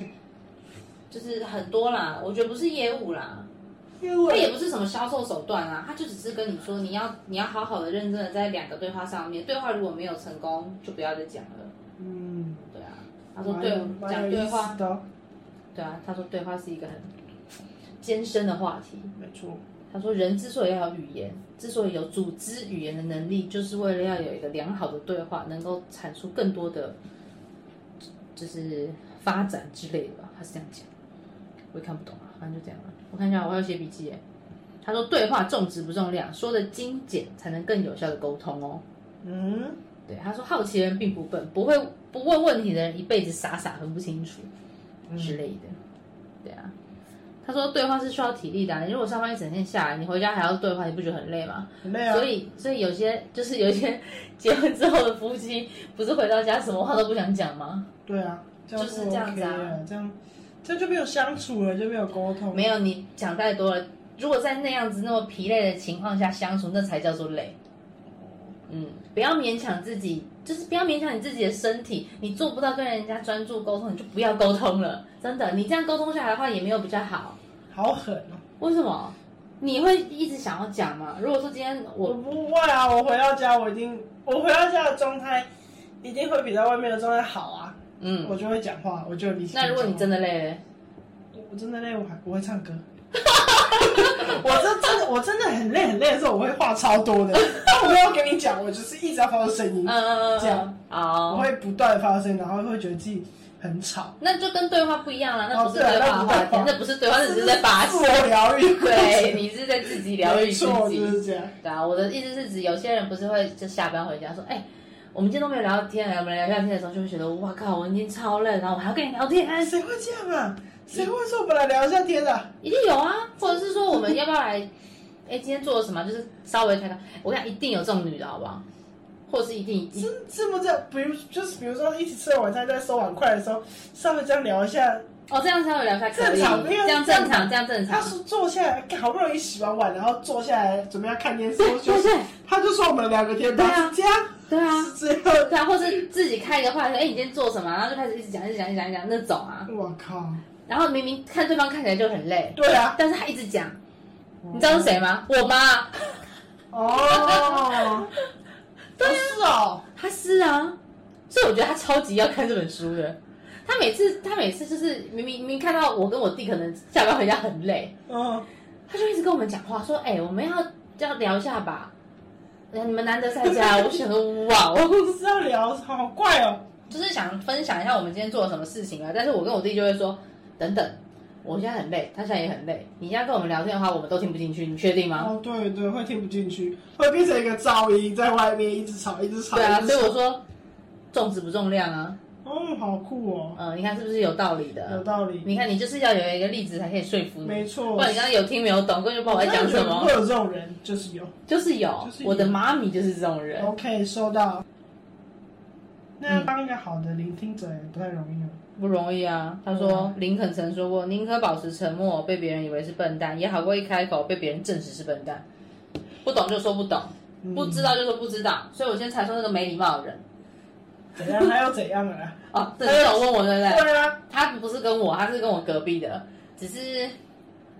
Speaker 2: 就是很多啦，我觉得不是业务啦，
Speaker 1: 业务
Speaker 2: 它也不是什么销售手段啊，它就只是跟你说，你要你要好好的、认真的在两个对话上面，对话如果没有成功，就不要再讲了。
Speaker 1: 嗯，
Speaker 2: 对啊，他
Speaker 1: 他
Speaker 2: 说对，讲对话，
Speaker 1: 的，
Speaker 2: 对啊，他说对话是一个很艰深的话题。
Speaker 1: 没错，
Speaker 2: 他说人之所以要有语言，之所以有组织语言的能力，就是为了要有一个良好的对话，能够产出更多的，就是发展之类的吧。他是这样讲，我也看不懂啊，反正就这样了。我看一下，我还有写笔记耶。他说对话重质不重量，说的精简才能更有效的沟通哦。
Speaker 1: 嗯，
Speaker 2: 对，他说好奇的人并不笨，不会不问问题的人一辈子傻傻分不清楚
Speaker 1: 嗯
Speaker 2: 之类的。对啊，他说对话是需要体力的啊、你如果上班一整天下来，你回家还要对话，你不觉得很累吗？
Speaker 1: 很累啊，
Speaker 2: 所以，所以有些就是有一些结婚之后的夫妻，不是回到家什么话都不想讲吗？
Speaker 1: 对啊，这样
Speaker 2: 就是
Speaker 1: 不
Speaker 2: 这样子啊
Speaker 1: OK 了，这样这样就没有相处了，就没有沟通，
Speaker 2: 没有，你讲太多了。如果在那样子那么疲累的情况下相处，那才叫做累。嗯，不要勉强自己，就是不要勉强你自己的身体。你做不到跟人家专注沟通，你就不要沟通了。真的，你这样沟通下来的话，也没有比较好。
Speaker 1: 好狠哦！
Speaker 2: 为什么？你会一直想要讲吗？如果说今天
Speaker 1: 我
Speaker 2: 我
Speaker 1: 不会啊，我回到家我一定，我回到家的状态一定会比在外面的状态好啊，
Speaker 2: 嗯，
Speaker 1: 我就会讲话，我就有理性
Speaker 2: 那
Speaker 1: 讲话。
Speaker 2: 如果你真的累了，
Speaker 1: 我我真的累，我还我会唱歌。 我真真的我真的很累很累的时候，我会话超多的，但我没有跟你讲，我就是一直要发出声音
Speaker 2: 嗯，嗯嗯
Speaker 1: 这样
Speaker 2: 嗯，
Speaker 1: 我
Speaker 2: 好，
Speaker 1: 会不断的发出声音，然后会觉得自己很吵，
Speaker 2: 那就跟对话不一样了，那不是
Speaker 1: 哦对啊
Speaker 2: 对话的话题
Speaker 1: 那不对话，
Speaker 2: 那不是对话，那只啊是在发
Speaker 1: 自
Speaker 2: 泄。
Speaker 1: 我疗愈过程，
Speaker 2: 对，你是在自己疗愈
Speaker 1: 没
Speaker 2: 自
Speaker 1: 错，
Speaker 2: 己
Speaker 1: 就。是这样。
Speaker 2: 对啊，我的意思是指有些人不是会就下班回家说，哎、我们今天都没有聊天，我们聊聊天的时候就会觉得，哇靠，我今天超累，然后我还要跟你聊天，
Speaker 1: 哎，谁会这样啊？谁会说我们来聊一下天的、
Speaker 2: 一定有啊，或者是说我们要不要来， 哎、今天做了什么，就是稍微看看，我跟你讲一定有这种女的，好不好？或者是一定一
Speaker 1: 真这么这样？比如就是比如说一起吃完晚餐在收碗筷的时候，稍微这样聊一下。
Speaker 2: 哦，这样稍微聊一下可以，
Speaker 1: 正常因为
Speaker 2: 这样正常，这样正
Speaker 1: 他
Speaker 2: 常。
Speaker 1: 说坐下来，干好不容易洗完碗，然后坐下来准备要看电视或休
Speaker 2: 对
Speaker 1: 息
Speaker 2: 对，
Speaker 1: 他就说我们聊个天吧，
Speaker 2: 对啊
Speaker 1: 是这样
Speaker 2: 对啊，
Speaker 1: 是这 样。
Speaker 2: 对啊，或是自己开一个话题，哎、你今天做什么？然后就开始一直讲，一直讲，一直讲，一直讲那种啊。
Speaker 1: 我靠！
Speaker 2: 然后明明看对方看起来就很累，
Speaker 1: 对啊，
Speaker 2: 但是他一直讲，你知道是谁吗？我妈，
Speaker 1: 哦，对是哦，
Speaker 2: 她是啊，所以我觉得她超级要看这本书的。她每次，她每次就是明明明明看到我跟我弟可能下班回家很累，
Speaker 1: 嗯，
Speaker 2: 她就一直跟我们讲话，说：“哎、我们要要聊一下吧，哎你们难得在家。” 我想说：“哇，哦。
Speaker 1: 不知道聊，好怪哦。
Speaker 2: 就是想分享一下我们今天做了什么事情啊。但是我跟我弟就会说，等等，我现在很累，他现在也很累。你现在跟我们聊天的话，我们都听不进去，你确定吗？
Speaker 1: 哦，对对，会听不进去，会变成一个噪音，在外面一直吵，一直吵。
Speaker 2: 对啊，
Speaker 1: 一直
Speaker 2: 所以
Speaker 1: 吵
Speaker 2: 我说重质不重量啊。
Speaker 1: 哦，好酷哦，
Speaker 2: 嗯、你看是不是有道理
Speaker 1: 有
Speaker 2: 的？
Speaker 1: 道理，
Speaker 2: 你看你就是要有一个例子才可以说服你，
Speaker 1: 没错
Speaker 2: 嗯不。然你刚刚有听没有懂，根本就不知道我在讲
Speaker 1: 我真的
Speaker 2: 什
Speaker 1: 觉得
Speaker 2: 么
Speaker 1: 会。有这种人，就是有。
Speaker 2: 就是有，
Speaker 1: 就是有
Speaker 2: 我的妈咪就是这种人。
Speaker 1: OK，收到。那
Speaker 2: 嗯
Speaker 1: 当一个好的聆听者也不太容易哦。
Speaker 2: 不容易啊。他说，林肯曾说过，宁可保持沉默，被别人以为是笨蛋，也好过一开口被别人证实是笨蛋。不懂就说不懂，
Speaker 1: 嗯
Speaker 2: 不知道就说不知道。所以我今天才说那个没礼貌的人
Speaker 1: 怎样？还要怎样啊？
Speaker 2: 哦，这是我问我 对不对？
Speaker 1: 对啊，
Speaker 2: 他不是跟我，他是跟我隔壁的，只是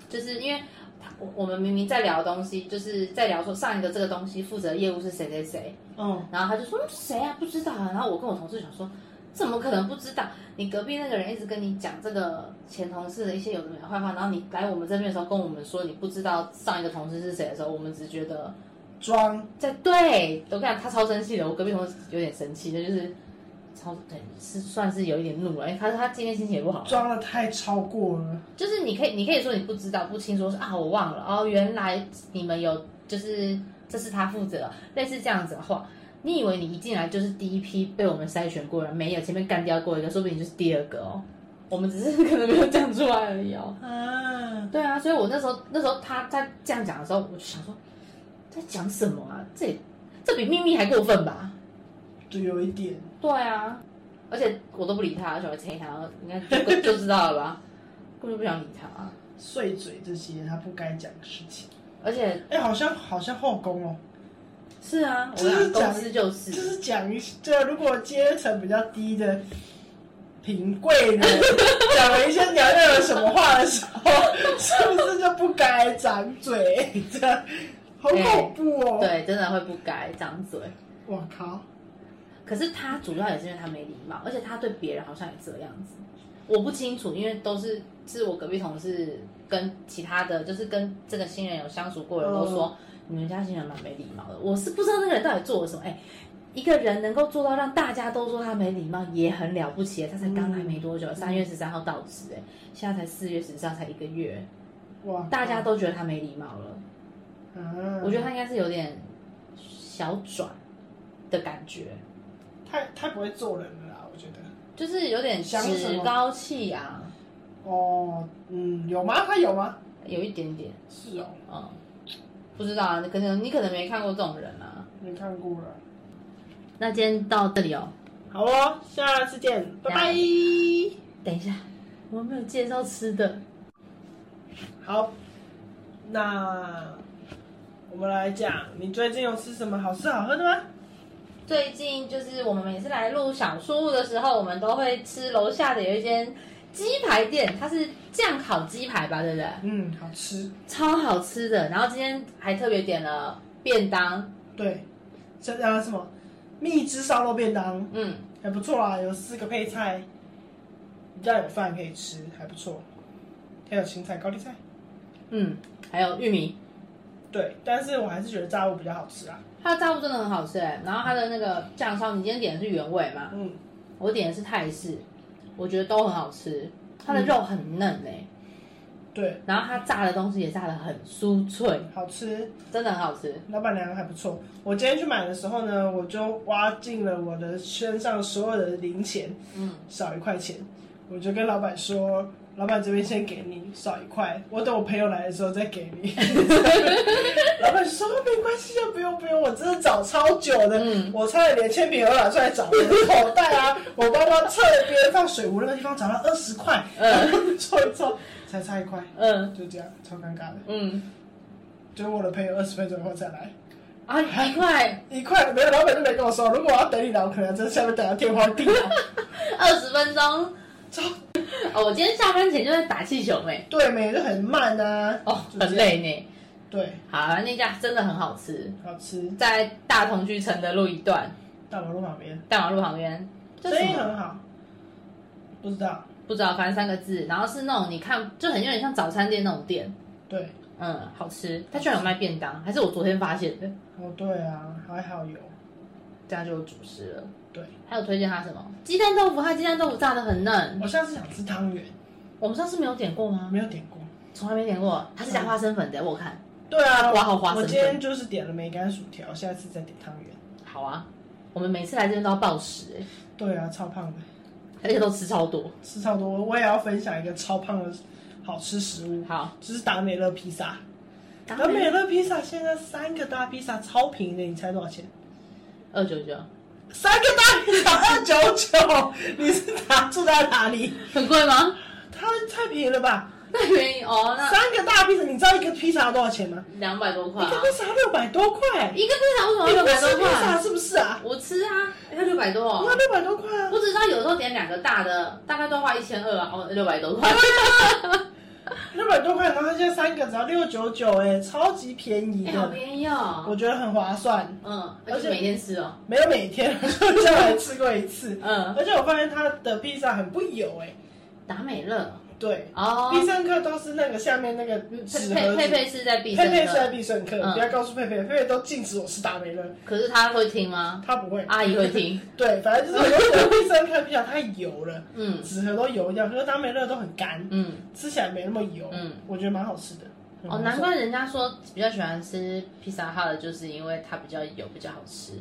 Speaker 2: 就是因为他我我们明明在聊东西，就是在聊说上一个这个东西负责业务是谁谁谁，
Speaker 1: 嗯，
Speaker 2: 然后他就说嗯谁啊不知道啊，然后我跟我同事想说怎么可能不知道？你隔壁那个人一直跟你讲这个前同事的一些有的没的坏话，然后你来我们这边的时候跟我们说你不知道上一个同事是谁的时候，我们只觉得
Speaker 1: 装
Speaker 2: 在对，我跟你讲他超生气的，我隔壁同事有点生气，那就是超对是算是有一点怒了，因为他说他今天心情也不好，
Speaker 1: 装的太超过了。
Speaker 2: 就是你可以，你可以说你不知道不清楚，说啊我忘了哦，原来你们有就是这是他负责，类似这样子的话，你以为你一进来就是第一批被我们筛选过的人，没有前面干掉过一个，说不定你就是第二个哦，我们只是可能没有讲出来而已哦。
Speaker 1: 啊，
Speaker 2: 对啊，所以我那时候那时候他在这样讲的时候，我就想说在讲什么啊？这也这比秘密还过分吧？
Speaker 1: 就有一点，
Speaker 2: 对啊，而且我都不理他，小孩催他，应该就就知道了吧？ 根本就不想理他、
Speaker 1: 碎嘴这些他不该讲的事情。
Speaker 2: 而且
Speaker 1: 哎、好像好像后宫哦，
Speaker 2: 是啊，我
Speaker 1: 这是
Speaker 2: 俩公
Speaker 1: 讲
Speaker 2: 司就
Speaker 1: 就是是讲一些对啊，如果阶层比较低的平贵的，讲了一些娘娘的什么话的时候，是不是就不该张嘴？这样好恐怖哦！
Speaker 2: 对，真的会不该张嘴。
Speaker 1: 我靠，
Speaker 2: 可是他主要也是因为他没礼貌，而且他对别人好像也这样子。我不清楚，因为都是是我隔壁同事跟其他的，就是跟这个新人有相处过的人都说，
Speaker 1: 嗯
Speaker 2: 你们家新人蛮没礼貌的。我是不知道那个人到底做了什么。哎，一个人能够做到让大家都说他没礼貌，也很了不起了。他才刚来没多
Speaker 1: 嗯
Speaker 2: 久，三、月十三号到职，哎，现在才四月十三，才一个月，
Speaker 1: 哇靠，
Speaker 2: 大家都觉得他没礼貌了。
Speaker 1: 啊，
Speaker 2: 我觉得他应该是有点小转的感觉。
Speaker 1: 太太不会做人了啦，我觉得。
Speaker 2: 就是有点
Speaker 1: 想什
Speaker 2: 趾
Speaker 1: 么
Speaker 2: 高气昂，
Speaker 1: 哦，嗯，有吗？他有吗？
Speaker 2: 有一点点，
Speaker 1: 是哦，
Speaker 2: 嗯，不知道啊，可能你可能没看过这种人啊。
Speaker 1: 没看过了。
Speaker 2: 那今天到这里哦，
Speaker 1: 好哦，下次见，拜拜。
Speaker 2: 等一下，我没有介绍吃的，
Speaker 1: 好，那我们来讲，你最近有吃什么好吃好喝的吗？
Speaker 2: 最近就是我们每次来录小书屋的时候，我们都会吃楼下的有一间鸡排店，它是酱烤鸡排吧，对不对？
Speaker 1: 嗯，好吃。
Speaker 2: 超好吃的。然后今天还特别点了便当，
Speaker 1: 对，这啊什么蜜汁烧肉便当
Speaker 2: 嗯，
Speaker 1: 还不错啊啦，有四个配菜，要有饭可以吃，还不错。还有芹菜、高丽菜。
Speaker 2: 嗯，还有玉米，
Speaker 1: 对，但是我还是觉得炸物比较好吃啊。
Speaker 2: 它的炸物真的很好吃哎。然后它的那个酱烧，你今天点的是原味嘛？
Speaker 1: 嗯，
Speaker 2: 我点的是泰式，我觉得都很好吃，它的肉很嫩哎、
Speaker 1: 对，
Speaker 2: 然后它炸的东西也炸的很酥脆，
Speaker 1: 好吃。
Speaker 2: 真的很好吃。
Speaker 1: 老板娘还不错。我今天去买的时候呢，我就挖尽了我的身上所有的零钱，
Speaker 2: 嗯，
Speaker 1: 少一块钱，我就跟老板说，老板这边先给你少一块，我等我朋友来的时候再给 你。老板说没关系啊，不用不用，我真的找超久的，
Speaker 2: 嗯
Speaker 1: 我差点连铅笔盒拿出来找，我的口袋啊，我包包侧边放水壶那个地方找到二十块，
Speaker 2: 嗯
Speaker 1: 凑一凑才差一块，
Speaker 2: 嗯
Speaker 1: 就这样超尴尬的。
Speaker 2: 嗯，
Speaker 1: 就是我的朋友二十分钟后再来。
Speaker 2: 啊，一块
Speaker 1: 一块没有，老板就没跟我说。如果我要等你来，我可能真的下面等到天荒地老。
Speaker 2: 二十分钟，哦，我今天下班前就在打气球欸妹，
Speaker 1: 对，每就很慢啊。
Speaker 2: 哦，很累呢。
Speaker 1: 对，
Speaker 2: 好啊，那家真的很好吃，
Speaker 1: 好吃，
Speaker 2: 在大同区承德路一段，
Speaker 1: 大马路旁边，
Speaker 2: 大马路旁边，叫
Speaker 1: 生
Speaker 2: 什
Speaker 1: 意
Speaker 2: 么
Speaker 1: 很好。不知道，
Speaker 2: 不知道，反正三个字，然后是那种你看就很有点像早餐店那种店，
Speaker 1: 对，
Speaker 2: 嗯，好吃。它居然有卖便当，还是我昨天发现的。
Speaker 1: 哦对啊，还好有。
Speaker 2: 这啊样就有主食了。
Speaker 1: 对，
Speaker 2: 还有推荐他什么？鸡蛋豆腐，他鸡蛋豆腐炸的很嫩。
Speaker 1: 我下次想吃汤圆，
Speaker 2: 我们上次没有点过吗？
Speaker 1: 没有点过。
Speaker 2: 从来没点过。它是加花生粉的，我有看。
Speaker 1: 对啊，
Speaker 2: 花好花生
Speaker 1: 我
Speaker 2: 粉
Speaker 1: 今天就是点了梅干薯条，下次再点汤圆。
Speaker 2: 好啊，我们每次来这边都要暴食、欸，
Speaker 1: 对啊，超胖的，
Speaker 2: 而且都吃超多。
Speaker 1: 吃超多。我也要分享一个超胖的好吃食物，
Speaker 2: 好，
Speaker 1: 就是达美乐披萨。
Speaker 2: 达
Speaker 1: 达美乐披萨现在三个大披萨超平的，你猜多少钱？
Speaker 2: 二九九，
Speaker 1: 三个大披萨二九九，你是哪住在哪里？
Speaker 2: 很贵吗？
Speaker 1: 它太便宜了吧？
Speaker 2: 那原因哦，那
Speaker 1: 三个大披萨，你知道一个披萨要多少钱吗？
Speaker 2: 两百多块
Speaker 1: 一
Speaker 2: 啊
Speaker 1: 个。披萨六百多块，
Speaker 2: 一个披萨为什么
Speaker 1: 你不
Speaker 2: 要哦六百
Speaker 1: 吃
Speaker 2: 多
Speaker 1: 披萨
Speaker 2: 块？
Speaker 1: 是不是啊？
Speaker 2: 我吃啊，要六百多、
Speaker 1: 那
Speaker 2: 哦。
Speaker 1: 六百多块啊
Speaker 2: 我！只知道有时候点两个大的，大概都要花一千二啊，哦，六百多块。
Speaker 1: 六百多块，然后它现在三个只要六九九，哎，超级便宜
Speaker 2: 哎、好
Speaker 1: 的，
Speaker 2: 便宜哦。
Speaker 1: 我觉得很划算。
Speaker 2: 嗯，
Speaker 1: 而
Speaker 2: 而
Speaker 1: 且
Speaker 2: 且每天吃哦。
Speaker 1: 没有每天， 我就这样来吃过一次。
Speaker 2: 嗯，
Speaker 1: 而且我发现它的披萨很不油，哎，
Speaker 2: 达美乐
Speaker 1: 对，
Speaker 2: 哦，
Speaker 1: 必胜客都是那个下面那个纸盒
Speaker 2: 佩佩
Speaker 1: 子
Speaker 2: 佩是在必胜
Speaker 1: 佩佩
Speaker 2: 客
Speaker 1: 是在必胜客，
Speaker 2: 嗯
Speaker 1: 不要告诉佩佩，佩佩都禁止我吃达美乐，
Speaker 2: 可是他会 听吗？
Speaker 1: 他不会。
Speaker 2: 阿姨会听，
Speaker 1: 对，反正就是我觉得必胜客比较太油了，
Speaker 2: 嗯
Speaker 1: 纸盒都油掉，可是达美乐都很干，
Speaker 2: 嗯
Speaker 1: 吃起来没那么油，
Speaker 2: 嗯，
Speaker 1: 我觉得蛮好吃的。很
Speaker 2: 哦，
Speaker 1: 好吃
Speaker 2: 难怪人家说比较喜欢吃披萨哈的，就是因为它比较油，比较好吃。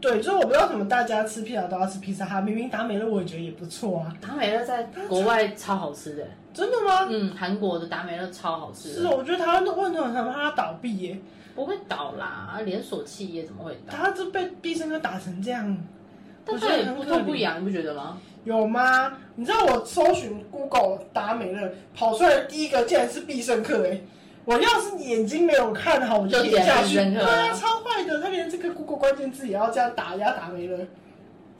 Speaker 1: 对，就是我不知道为什么大家吃披萨都要吃披萨哈，明明达美乐我也觉得也不错啊。
Speaker 2: 达美乐在国外超好吃的，
Speaker 1: 真的吗？
Speaker 2: 嗯，韩国的达美乐超好吃
Speaker 1: 是，
Speaker 2: 的，
Speaker 1: 我觉得台湾的问题很怕它倒闭耶，
Speaker 2: 不会倒啦，连锁企业怎么会倒？
Speaker 1: 他这被必胜客打成这样，
Speaker 2: 但
Speaker 1: 我觉
Speaker 2: 它
Speaker 1: 得
Speaker 2: 也
Speaker 1: 很
Speaker 2: 不
Speaker 1: 可
Speaker 2: 痛不
Speaker 1: 怜
Speaker 2: 痒，你不觉得吗？
Speaker 1: 有吗？你知道我搜寻 Google 打美乐，跑出来的第一个竟然是必胜客哎、我要是眼睛没有看好，我
Speaker 2: 就
Speaker 1: 点下
Speaker 2: 点必
Speaker 1: 去。
Speaker 2: 胜
Speaker 1: 对
Speaker 2: 客啊
Speaker 1: 啊，超坏的，他连这个 Google 关键字也要这样打压打没了，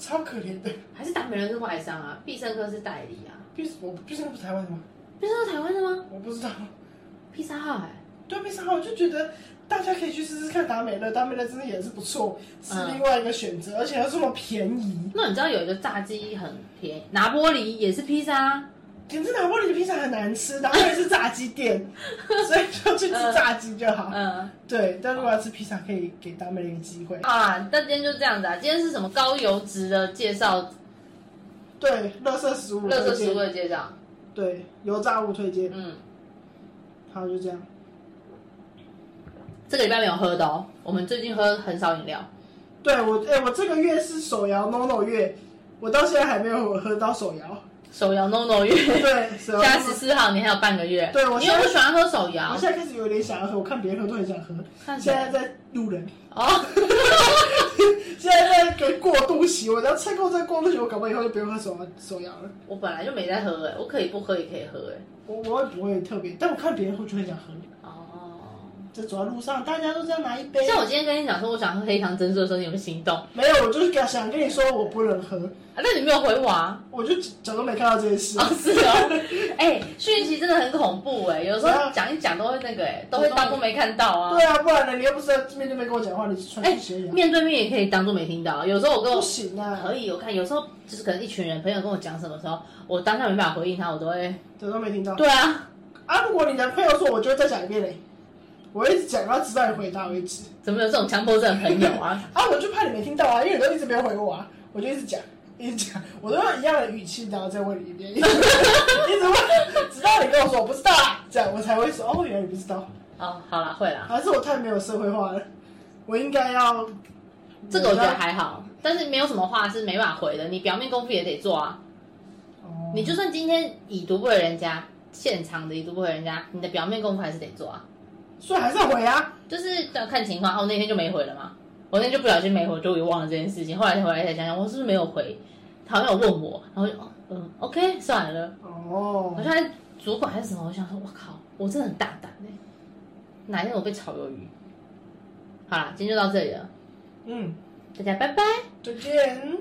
Speaker 1: 超可怜的。
Speaker 2: 还是达美乐是外商啊，必胜客是代理啊，
Speaker 1: 必我必胜客不是台湾的吗？
Speaker 2: 必胜客台湾的吗？
Speaker 1: 我不知道。
Speaker 2: 披萨号哎、
Speaker 1: 对必胜客，我就觉得大家可以去试试看达美乐，达美乐真的也是不错，是
Speaker 2: 嗯
Speaker 1: 另外一个选择，而且又这么便宜。
Speaker 2: 那你知道有一个炸鸡很便宜，拿玻璃也是披萨啊，
Speaker 1: 简直拿破仑的披萨很难吃，然后又是炸鸡店， 所以就去吃炸鸡就好。
Speaker 2: 嗯
Speaker 1: 对，但如果要吃披萨，可以给达美乐一个机会。
Speaker 2: 啊，那今天就这样子啊，今天是什么高油脂的介绍，
Speaker 1: 对，乐色食物，
Speaker 2: 乐色食物
Speaker 1: 物，
Speaker 2: 的介绍，
Speaker 1: 对，油炸物推荐。
Speaker 2: 嗯，
Speaker 1: 好，就这样。
Speaker 2: 这个礼拜没有喝的哦，我们最近喝很少饮料，
Speaker 1: 对我，哎、我这个月是手摇 NONO 月，我到现在还没有喝到手摇。
Speaker 2: 手摇 NONO 月，
Speaker 1: 对，手摇
Speaker 2: 加
Speaker 1: NONO
Speaker 2: 十四号，你还有半个月，
Speaker 1: 对我
Speaker 2: 你
Speaker 1: 现
Speaker 2: 又
Speaker 1: 在
Speaker 2: 不喜欢喝手摇
Speaker 1: 我，现在开始有点想要喝，我看别人喝都很想喝。
Speaker 2: 看谁
Speaker 1: 现在在路人，
Speaker 2: 哦，
Speaker 1: 现在在给过渡期，我要撑过这个过渡期，我搞不好以后就不用喝手摇手摇了。
Speaker 2: 我本来就没在喝哎、我可以不喝也可以喝哎、
Speaker 1: 我我也不会特别，但我看别人喝就很想喝。
Speaker 2: 哦，
Speaker 1: 这走在路上，大家都这样拿一杯。
Speaker 2: 像我今天跟你讲说我想喝黑糖珍珠的时候，你有没有心动？啊，
Speaker 1: 没有，我就是想跟你说，我不能喝，
Speaker 2: 那你没有回我啊？
Speaker 1: 我就假装没看到这件事。
Speaker 2: 哦，是哦， 哎、讯息真的很恐怖哎、有时
Speaker 1: 对
Speaker 2: 候
Speaker 1: 啊
Speaker 2: 讲一讲都会那个哎、都会当做没看到啊
Speaker 1: 对。啊，不然呢？你又不是在面对面跟我讲话，你穿
Speaker 2: 哎、
Speaker 1: 去斜阳，
Speaker 2: 面对面也可以当做没听到。有时候我跟
Speaker 1: 不
Speaker 2: 我
Speaker 1: 行啊，
Speaker 2: 可以，我看有时候就是可能一群人朋友跟我讲什么时候，我当下没办法回应他，我都会
Speaker 1: 假装没听到。
Speaker 2: 对啊，
Speaker 1: 啊，如果你男朋友说，我就会再讲一遍嘞，我会一直讲，然后直到你回答为止。
Speaker 2: 怎么有这种强迫症的朋友 啊？
Speaker 1: 啊，我就怕你没听到啊，因为你都一直没有回我啊，我就一直讲。一直讲，我都用一样的语气，然后再问你 一遍，一直问，一直问，直到你跟我说我不知道啊，这样我才会说哦，原来你不知道。
Speaker 2: 哦，好啦，会啦，
Speaker 1: 还是我太没有社会化了，我应该要
Speaker 2: 这个我觉得还好，但是没有什么话是没办法回的，你表面功夫也得做啊。
Speaker 1: 哦
Speaker 2: 你就算今天已读不回人家，现场的已读不回人家，你的表面功夫还是得做啊。
Speaker 1: 所以还是要回啊。
Speaker 2: 就是要看情况。哦，那天就没回了嘛，我那天就不小心没回，就也忘了这件事情。后来才回来才想想，我是不是没有回？他好像有问我，然后就哦，嗯，OK，算了。
Speaker 1: 哦
Speaker 2: 我，现在主管还是什么，我想说，我靠，我真的很大胆哎、哪一天我被炒鱿鱼？好啦，今天就到这里了，
Speaker 1: 嗯，
Speaker 2: 大家拜拜。
Speaker 1: 再见。